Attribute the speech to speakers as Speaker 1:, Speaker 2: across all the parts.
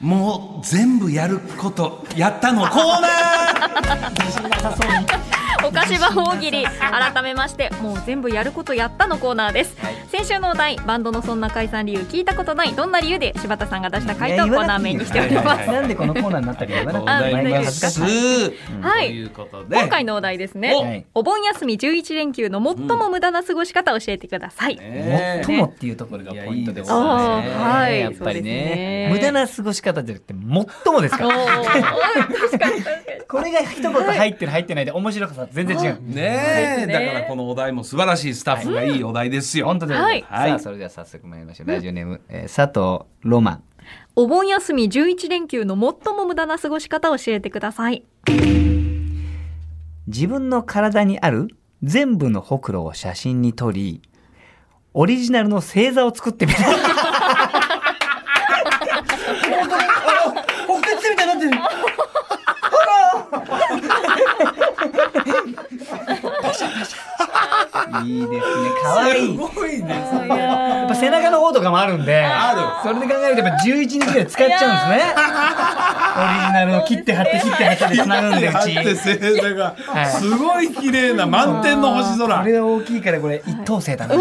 Speaker 1: もう全部やることやったのコーナ
Speaker 2: お菓子場大喜 利改めましてもう全部やることやったのコーナーです、先週のお題バンドのそんな解散理由聞いたことないどんな理由で柴田さんが出した回答をコーナー名にしております
Speaker 1: いや言わなくていいよはいはいはい
Speaker 3: なんでこのコーナーになったか言 わなく
Speaker 2: あ
Speaker 3: て
Speaker 2: はいい
Speaker 3: い毎回
Speaker 1: ー
Speaker 3: 恥ずかしい。
Speaker 2: は
Speaker 1: と
Speaker 2: い
Speaker 1: いうことで
Speaker 2: 今回のお題ですね、
Speaker 3: はい
Speaker 2: お盆休み11連休の最も無駄な過ごし方を教えてください、
Speaker 1: ね
Speaker 3: 最もっていうところがポイントです
Speaker 1: いや
Speaker 3: よ
Speaker 1: いいです
Speaker 3: ね。
Speaker 1: ね
Speaker 2: あーはい
Speaker 3: やっ
Speaker 2: そ
Speaker 3: ぱりね
Speaker 2: うですね
Speaker 3: 無駄な過ごし方じゃなくて最もです
Speaker 2: お
Speaker 3: か
Speaker 2: ー
Speaker 3: ら。
Speaker 2: 確かに確かに
Speaker 3: これが一言入ってる入ってないで面白さ全然違う。
Speaker 1: ねえ、
Speaker 2: そうですね
Speaker 1: だからこのお題も素晴らしいスタッフがいいお題ですよ。
Speaker 3: 本当です。
Speaker 2: はい
Speaker 3: さあそれでは早速参りましょう。ラジオネームえー佐藤ロマン。
Speaker 2: お盆休み11連休の最も無駄な過ごし方を教えてください
Speaker 3: 自分の体にある全部のほくろを写真に撮りオリジナルの星座を作ってみた
Speaker 1: ほっくつみたいになって
Speaker 3: いいですね可愛い
Speaker 1: すごいね。
Speaker 3: やっぱ背中の方とかもあるんで
Speaker 1: あ
Speaker 3: それで考えるとやっぱ11日ぐらい使っちゃうんですねオリジナルの切って貼って切って貼ってで繋ぐんでう
Speaker 1: だっ
Speaker 3: ち
Speaker 1: て星座がすごい綺麗な満天の星
Speaker 3: こ
Speaker 1: 空。
Speaker 3: れは大きいからこれ一等星だな、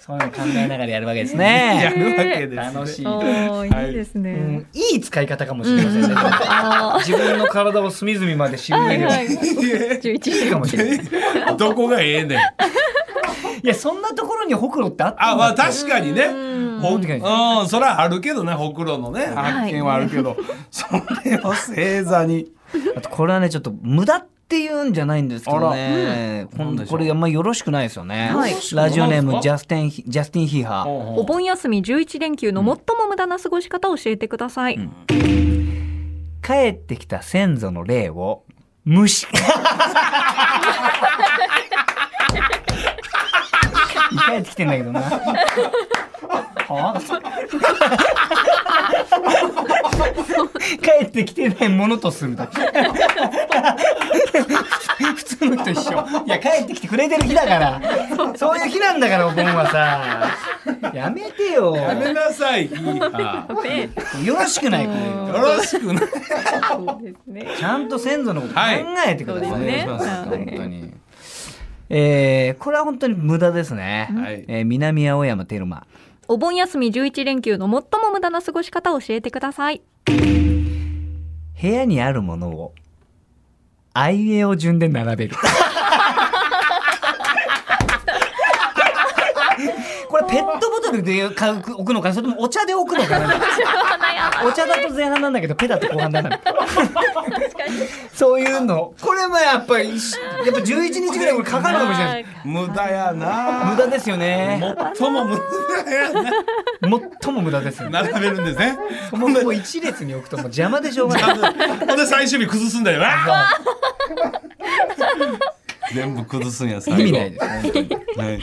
Speaker 3: そういうの考えながらやるわけですね
Speaker 1: やるわけですね。
Speaker 3: 楽しい、
Speaker 2: おーいいですね、
Speaker 3: うんいい使い方かもしれませんね、
Speaker 2: あ
Speaker 3: 自分の体を隅々まで知る
Speaker 2: ーは
Speaker 3: 上
Speaker 2: い
Speaker 3: では
Speaker 2: はい11
Speaker 3: いい
Speaker 2: 時
Speaker 3: かもしれない。
Speaker 1: どこがええねん。
Speaker 3: いや、そんなところにほくろってあった
Speaker 1: あ、
Speaker 3: ん
Speaker 1: ま
Speaker 3: だ
Speaker 1: あ
Speaker 3: って
Speaker 1: 確かにね。ほう
Speaker 3: 確かに
Speaker 1: ん、それはあるけどね、ほくろのね、
Speaker 2: い
Speaker 1: 発見はあるけど、それを星座に。
Speaker 3: あとこれはね、ちょっと無駄って言うんじゃないんですけどね。
Speaker 1: らうんな
Speaker 3: 今
Speaker 1: んで
Speaker 3: 度
Speaker 1: しょう
Speaker 3: これあんまよろしくないですよね
Speaker 2: はい。
Speaker 3: ラジオネ
Speaker 1: よ
Speaker 3: ー
Speaker 1: ろ
Speaker 3: ム
Speaker 1: しく
Speaker 3: ジャスティンヒジャスティンヒーハー。
Speaker 2: お盆休み11連休の最も無駄な過ごし方を教えてください、
Speaker 3: 帰ってきた先祖の霊を虫。 帰ってきてんだけどな。は帰ってきてないものとするだけ。普通の人一緒。いや、帰ってきてくれてる日だから。そういう日なんだから、お盆はさ。やめてよ。
Speaker 1: やめなさい、ヒーハ
Speaker 2: で
Speaker 3: よろしくない、こういうの
Speaker 1: ー。よろしくね。
Speaker 2: そうですね
Speaker 3: ちゃんと先祖のこと考えてください、
Speaker 2: はいそうですね
Speaker 3: お願いします
Speaker 2: はい
Speaker 3: 本当に。えーこれは本当に無駄ですね。
Speaker 1: はい
Speaker 3: えー南青山テルマ。
Speaker 2: お盆休み11連休の最も無駄な過ごし方を教えてください
Speaker 3: 部屋にあるものを、あいうえお順で 並べる。これペットボトルで買う置くのかそれともお茶で置くのかなお茶だと前半なんだけどペだと後半だなそういうのこれもやっぱりやっぱ11日ぐらいこれかかるかもしれない
Speaker 1: 無駄やな。
Speaker 3: 無駄ですよね。
Speaker 1: 最も無駄やな。
Speaker 3: 最も無駄ですよね。
Speaker 1: 並べるんですね。
Speaker 3: そもそも一列に置くともう邪魔でしょうがない。
Speaker 1: ほんで最終日崩すんだよな。 全部崩すんや、最後
Speaker 3: 意味ないです。本当に
Speaker 1: はい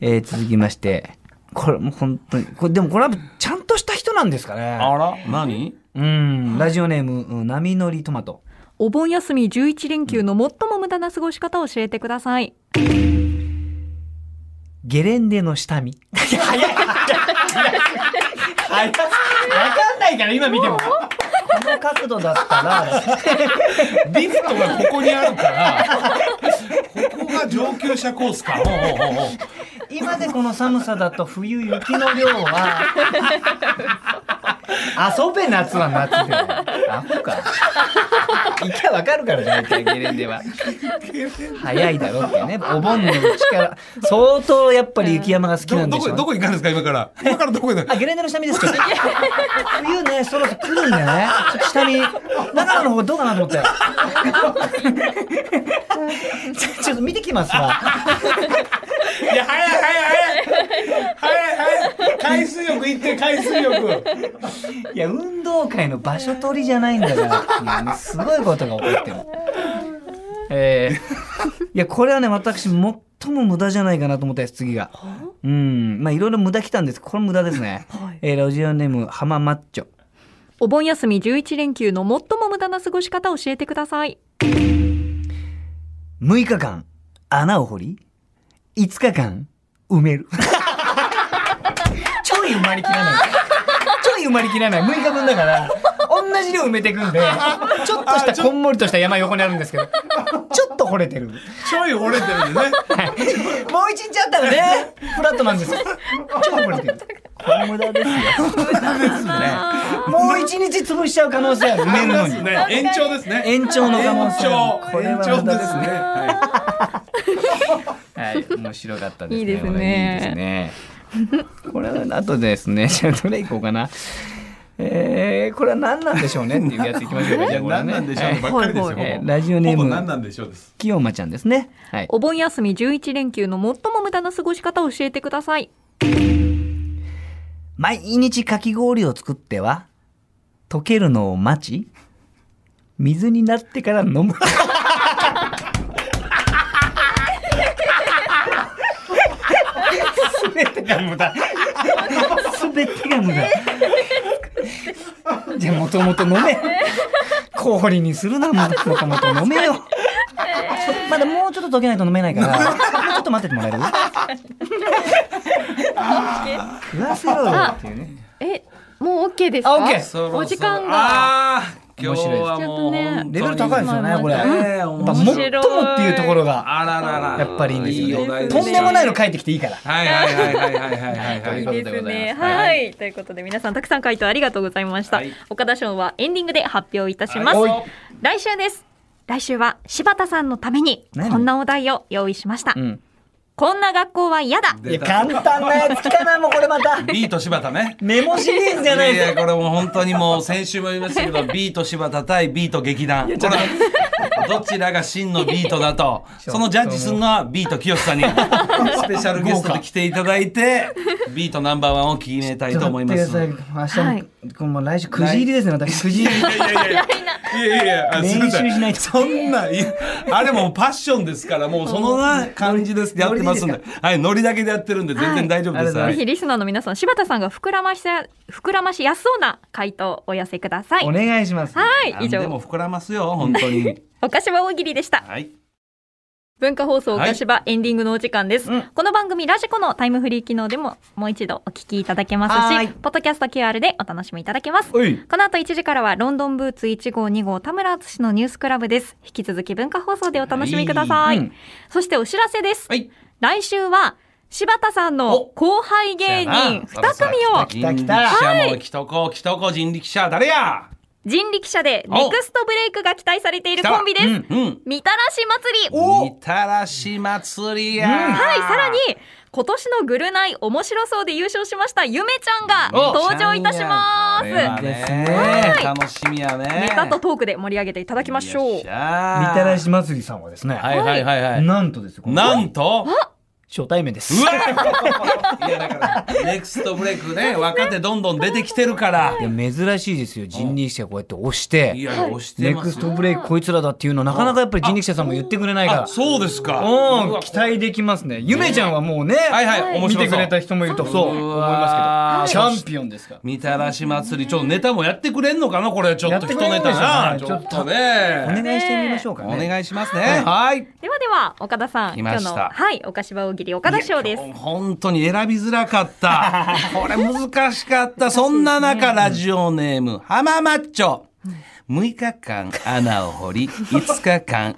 Speaker 3: えー続きまして、これもう本当に、これでもこれはちゃんとした人なんですかね。
Speaker 1: あら何
Speaker 3: うん、ラジオネーム、うん波乗りトマト。
Speaker 2: お盆休み11連休の最も無駄な過ごし方を教えてください
Speaker 3: ゲレンデの下見。早い早い。わかんないから今見ても。この角度だった ら、
Speaker 1: リフトがここにあるから、ここが上級者コースか。おうおうおうおう
Speaker 3: 今でこの寒さだと冬雪の量 は遊べ夏は夏でアホか行きゃわかるから大体ゲレンデは早いだろってねお盆のうちから相当やっぱり雪山が好き
Speaker 1: ど
Speaker 3: なんで
Speaker 1: ど
Speaker 3: し
Speaker 1: こ
Speaker 3: ょう
Speaker 1: どこ行かれるんですか今から今からどこ行く
Speaker 3: あゲレンデの下見ですけど冬ねそろそろ来るんだよねちょっと下見長野の方どうかなと 思ってちょちょっと見てきますわ
Speaker 1: いや早い早い早い早い早い海水浴行って海水浴
Speaker 3: いや運動会の場所取りじゃないんだからもうすごいことが起こってる。えー、いやこれはね私最も無駄じゃないかなと思ったやつ次がうんまあいろいろ無駄きたんですこれ無駄ですね、
Speaker 2: はい
Speaker 3: えーラジオネーム浜マッチョ
Speaker 2: お盆休み11連休の最も無駄な過ごし方を教えてください
Speaker 3: 6日間穴を掘り5日間埋めるちょい埋まりきらないちょ埋まりきらない6日分だから同じ量埋めていくんでちょっとしたこんもりとした山横にあるんですけどちょっと惚れて る、
Speaker 4: ちょい折れてるんでね。
Speaker 3: はい、もう一日あったらねフラットなん ですよちょっと惚れてる
Speaker 1: これ無駄ですよ。
Speaker 3: もう一日潰しちゃう可能性ある埋めるのに
Speaker 4: ね、延長ですね。
Speaker 3: 延長の可能性あるこれ
Speaker 4: 延
Speaker 3: は
Speaker 4: 長延長
Speaker 3: 無駄
Speaker 4: で
Speaker 3: です
Speaker 4: すね。
Speaker 3: ね
Speaker 4: は
Speaker 3: はい、面白かったですね。
Speaker 2: いいですね
Speaker 3: これいいですね。これは後ですね。じゃあどれ行こうかな。えー、これは何なんでしょうねっていうやついきましょうか。
Speaker 4: い。い
Speaker 3: じゃ
Speaker 4: や
Speaker 3: あこれ
Speaker 4: 何なんでしょうね
Speaker 3: は
Speaker 4: ばっかりですよ。
Speaker 2: はいは
Speaker 4: ほぼ
Speaker 2: い
Speaker 3: えーラジオネー
Speaker 4: ほぼ何な
Speaker 3: ム
Speaker 4: んでしょうです。
Speaker 3: 清間ちゃんですね。はい。
Speaker 2: お盆休み11連休の最も無駄な過ごし方を教えてください
Speaker 3: 毎日かき氷を作っては溶けるのを待ち水になってから飲む。すべてが無駄。すべてが無駄。じゃあもともと飲め。氷にする なもともと飲めよ。まだもうちょっと溶けないと飲めないから、もうちょっと待っててもらえる。食わせろよっていうね。
Speaker 2: えもう OK です
Speaker 3: あ
Speaker 2: か
Speaker 3: OK
Speaker 1: そろそろ
Speaker 2: お時間が
Speaker 1: ああ、今日はもう本当に
Speaker 3: レベル高いですよね、これ。
Speaker 1: ね
Speaker 3: や
Speaker 1: え
Speaker 3: っぱ、
Speaker 1: 面
Speaker 3: 最もっ
Speaker 1: 白い。
Speaker 3: ともっていうところが、
Speaker 1: あららら。
Speaker 3: やっぱりいいんですよね
Speaker 1: お題で
Speaker 3: と
Speaker 1: し
Speaker 3: ん
Speaker 1: た
Speaker 3: でもないの書いてきていいから。
Speaker 1: はいはいはいはいはいはいはいい
Speaker 3: い
Speaker 1: はい。
Speaker 2: ですね
Speaker 3: ということでございます
Speaker 2: はい、ということで皆さんたくさん回答ありがとうございました、
Speaker 1: はい
Speaker 2: 岡田賞はエンディングで発表いたします、
Speaker 3: はい
Speaker 2: 来週です来週は柴田さんのために
Speaker 3: 何
Speaker 2: こんなお題を用意しました、
Speaker 3: うん。
Speaker 2: こんな学校は嫌だ
Speaker 3: いや、簡単なやつ来たな、もうこれまた。
Speaker 1: ビート柴田ね。
Speaker 3: メモシリーズ
Speaker 1: い
Speaker 3: じゃな
Speaker 1: や
Speaker 3: い
Speaker 1: い
Speaker 3: で
Speaker 1: やこれもう本当にもう先週も言いましたけどビート柴田対ビート劇団これどちらが真のビートだとそのジャッジするのはビート清さんにスペシャルゲストで来ていただいてビートナンバーワンを決めたい
Speaker 3: すか。
Speaker 1: と思います
Speaker 3: ちょっと待ってください明日も、これもう来週9時入りですね、私。9時入り。
Speaker 4: いやいやいや。いやいやいや。あすい
Speaker 3: 練
Speaker 4: ません
Speaker 3: 習しないと。
Speaker 1: そんなんいやあれもうパッションですからもうそのな感じですやってますんで
Speaker 3: ノリ
Speaker 1: はいノリだけでやってるんで全然大丈夫です、
Speaker 3: はい
Speaker 1: は
Speaker 2: ぜ
Speaker 1: い
Speaker 2: ひリスナーの皆さん柴田さんが膨らましや膨らましやすそうな回答をお寄せください
Speaker 3: お願いします。
Speaker 2: はい以
Speaker 1: 何でも
Speaker 2: 上
Speaker 1: 膨らますよ本当に
Speaker 2: 岡島大喜利でした
Speaker 1: はい
Speaker 2: 文化放送
Speaker 1: はい
Speaker 2: 岡芝、エンディングのお時間です、
Speaker 3: うん
Speaker 2: この番組ラジコのタイムフリー機能でももう一度お聞きいただけま
Speaker 3: は
Speaker 2: す
Speaker 3: ー
Speaker 2: し
Speaker 3: い
Speaker 2: ポッドキャスト QR でお楽しみいただけます
Speaker 3: おい。
Speaker 2: この後1時からはロンドンブーツ1号2号田村敦のニュースクラブです引き続き文化放送でお楽しみください、
Speaker 3: はいうん
Speaker 2: そしてお知らせです、
Speaker 1: はい
Speaker 2: 来週は柴田さん
Speaker 1: お
Speaker 2: の後輩芸人2組を
Speaker 3: 来た来た
Speaker 1: 人力車も来とこう来とこう人力車誰や
Speaker 2: 人力車でネクストブレイクが期待されているコンビです、
Speaker 3: うん
Speaker 1: うん
Speaker 2: みたらし祭り
Speaker 1: みたらし祭りや、
Speaker 2: はい、さらに今年のぐるナイ面白そうで優勝しましたゆめちゃんが登場いたしま
Speaker 1: これは
Speaker 2: す。
Speaker 3: です
Speaker 1: ね
Speaker 3: ね
Speaker 1: 楽しみやね
Speaker 2: ネタとトークで盛り上げていただきましょう
Speaker 1: よっ。ゃ
Speaker 3: み
Speaker 1: ー
Speaker 3: たらし祭りさんはですね、
Speaker 1: はいはいはいはい、
Speaker 3: なんとですよ、この
Speaker 1: なんと
Speaker 3: 初対面です。
Speaker 1: うわいやだからネクストブレイクね若手どんどん出てきてるから
Speaker 3: いや珍しいですよ、人力車こうやって押して。
Speaker 1: いやいや押して
Speaker 3: ネ
Speaker 1: ま
Speaker 3: クス
Speaker 1: す
Speaker 3: トブレイクこいつらだっていうのはなかなかやっぱり人力車さんも言ってくれないか。
Speaker 1: あそうですから
Speaker 3: う、
Speaker 1: うん
Speaker 3: 期待できますね。ゆめちゃんはもうね、
Speaker 1: はいはい面
Speaker 3: 見
Speaker 1: 白
Speaker 3: てく
Speaker 1: そ
Speaker 3: れ
Speaker 1: う
Speaker 3: た人もいるとそう
Speaker 1: う
Speaker 3: 思い
Speaker 1: わ
Speaker 3: ますけど、チャンピオンですから。
Speaker 1: みたらし祭りちょっとネタもやってくれんのかなこれちょっと
Speaker 3: やって
Speaker 1: 一
Speaker 3: くれる
Speaker 1: ネ
Speaker 3: んで
Speaker 1: タ
Speaker 3: しょ
Speaker 1: な
Speaker 3: うね
Speaker 1: ちょっとね
Speaker 3: お願いしてみましょうか
Speaker 1: お
Speaker 3: ね。
Speaker 1: 願いしますねはい
Speaker 2: ではでは岡田さん
Speaker 1: 来ま
Speaker 2: 今
Speaker 1: し
Speaker 2: 日
Speaker 1: た
Speaker 2: のはい岡芝大喜利岡田賞です。
Speaker 1: 本当に選びづらかった。 これ難しかった。そんな中、ラジオネーム、浜マッチョ。6日間穴を掘 り、5日間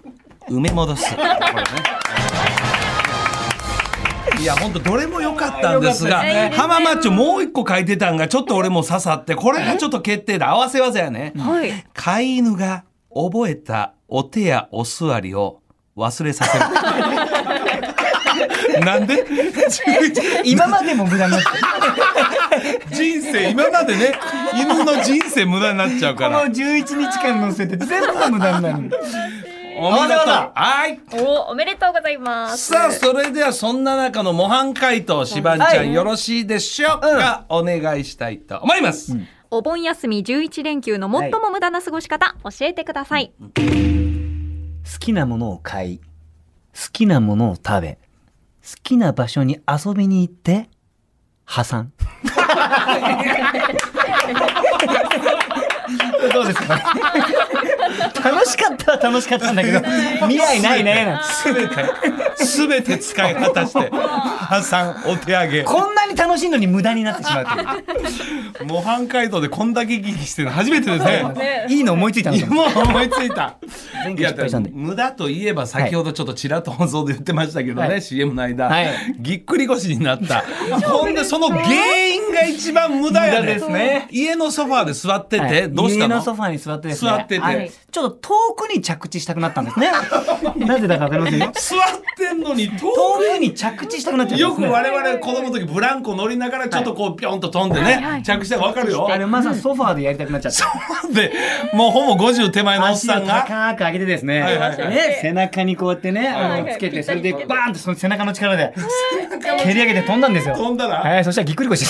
Speaker 1: 埋め戻す。これねいや本当どれも良かったんですが、
Speaker 2: 良かったですね
Speaker 1: 浜マッチョもう一個書いてたんがちょっと俺も刺さってこれがちょっと決定で合わせ技やね、
Speaker 2: はい。
Speaker 1: 飼い犬が覚えたお手やお座りを忘れさせ る。なんで
Speaker 3: 今までも無駄になってる、
Speaker 1: 人生、今までね、犬の人生無駄になっちゃう か
Speaker 3: この
Speaker 1: ら。
Speaker 3: 11日間乗せて全部無駄になる。
Speaker 1: おめでとう。はい。
Speaker 2: おおめでとうございます。
Speaker 1: さあ、それではそんな中の模範解答、しばんちゃん、
Speaker 3: はい
Speaker 1: よろしいでしょうか、お願いしたいと思います。
Speaker 2: お盆休み11連休の最も無駄な過ごし方、教えてください。
Speaker 3: 好きなものを買い、好きなものを食べ、好きな場所に遊びに行って、破産。 どうですか楽しかったは楽しかったんだけど、未来ないねなんて。
Speaker 1: すべて、すべて使い果たして、破産お手上げ。
Speaker 3: こんなに楽しいのに無駄になってしまうっていう
Speaker 1: 模範解答でこんだけ聞きしてるの初めてですね。
Speaker 3: いいの思いついたのかも
Speaker 1: もう思いついた。
Speaker 3: 前
Speaker 1: い
Speaker 3: 回
Speaker 1: や
Speaker 3: 失敗したんで
Speaker 1: 無駄といえば先ほどちょっとちらっと放送で言ってましたけどね、
Speaker 3: はい
Speaker 1: CM の間、
Speaker 3: はい
Speaker 1: ぎっくり腰にな ったほんでその原因が一番無駄やね
Speaker 3: 無駄ですね
Speaker 1: 家のソファーで座ってて、
Speaker 3: はい
Speaker 1: どうした
Speaker 3: 家
Speaker 1: の
Speaker 3: のソファーに座ってですね
Speaker 1: 座ってて
Speaker 3: はいちょっと遠くに着地したくなったん ですねなぜだかわかりませんよ
Speaker 1: 座ってんのに遠く
Speaker 3: 遠くに着地したくなっちゃった
Speaker 1: よ
Speaker 3: んです
Speaker 1: く
Speaker 3: ね
Speaker 1: 我々子供の時ブランコ乗りながらちょっとこうピョンと飛んでね、着してわかるよ。
Speaker 3: あれまさにソファーでやりたくなっちゃった
Speaker 1: でもうほぼ50手前のおっ
Speaker 3: 足を
Speaker 1: さんが
Speaker 3: 高く上げてですね,、
Speaker 1: はいはいはい
Speaker 3: ね背中にこうやってね、あ
Speaker 2: は
Speaker 3: の
Speaker 2: い
Speaker 3: つけ
Speaker 2: ぴ
Speaker 3: て
Speaker 2: った
Speaker 3: それ
Speaker 2: り
Speaker 3: でバーンとその背中の力で蹴り上げて飛んだんですよ
Speaker 1: 飛んだら、
Speaker 3: はいそしたらぎっくり腰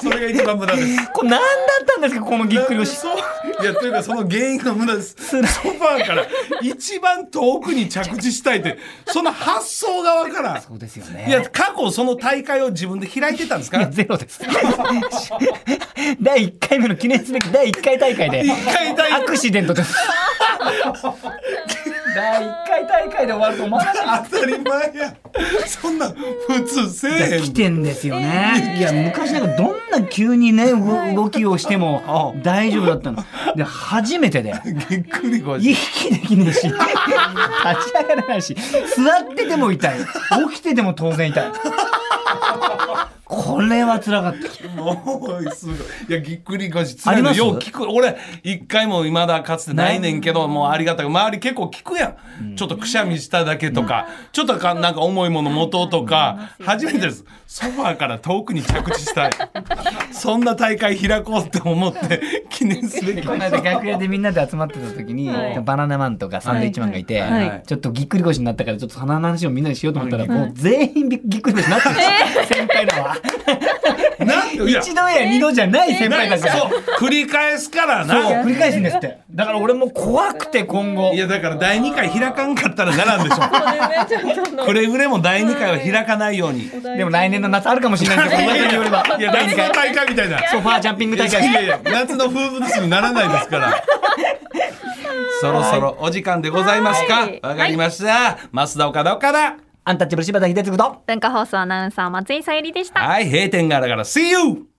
Speaker 1: それが一番無駄です。
Speaker 3: これ何だったんですかこのぎっくり腰
Speaker 1: そういやというかその原因が無駄ですソファーから一番遠くに着地したいってその発想がわから
Speaker 3: そうんですよ
Speaker 1: い
Speaker 3: ね
Speaker 1: や過去その大会を自分で開いてたんです
Speaker 3: いや
Speaker 1: か
Speaker 3: ゼロです 第1回目の記念すべき第1回大会で
Speaker 1: 一回大
Speaker 3: アクシデントです第1回大会で終わると思わなかっ
Speaker 1: 当たり前やそんなん普通せえへん
Speaker 3: 来てんですよね、いや昔なんかどんな急にねう動きをしても大丈夫だったので初めて で
Speaker 1: ぎっくり腰
Speaker 3: 息できねえし立ち上がらないし座ってても痛い起きてても当然 痛いこれは辛かった
Speaker 1: もうすごい。いや、ぎっくり腰つ
Speaker 3: あ
Speaker 1: い
Speaker 3: り
Speaker 1: の
Speaker 3: ます
Speaker 1: よう聞く。俺、一回も未だかつてないねんけど、もうありがたく。周り結構聞くやん。ちょっとくしゃみしただけとか、ちょっとかなんか重いもの持とうとか、初めてです。ソファーから遠くに着地したい。 そんな大会開こうって思って、 記念すべき。
Speaker 3: この間楽屋でみんなで集まってた時に、
Speaker 2: はい
Speaker 3: バナナマンとかサンドイッチマンがいて、
Speaker 2: はい
Speaker 1: はい
Speaker 3: ちょっとぎっくり腰になったからちょっと鼻の話をみんなにしようと思ったら、
Speaker 1: はい
Speaker 3: もう全員びぎっくり腰になってる、先輩らは
Speaker 1: なんでいや
Speaker 3: 一度や二度じゃない先輩
Speaker 1: なん
Speaker 3: たち
Speaker 1: か
Speaker 3: が
Speaker 1: そう、繰り返すから
Speaker 3: そう
Speaker 1: な。
Speaker 3: 繰り返すんですってだから俺もう怖くて今後
Speaker 1: いや、だから第2回開かんかったらならんで しょ。くれぐれも第2回は開かないように。
Speaker 3: でも来年の夏あるかもしれないですよ噂によれば
Speaker 1: いや、夏の大会みたいな。
Speaker 3: ソファージャンピング大
Speaker 1: いやい
Speaker 3: 会
Speaker 1: や夏の風物詩にならないですから。 そろそろお時間でございますか。わ、
Speaker 2: はい
Speaker 1: かりました。増田岡田岡田。
Speaker 3: アンタッチャブル柴田秀嗣と
Speaker 2: 文化放送アナウンサー松井さゆりでした。
Speaker 1: はい、閉店ガラガラ。See you!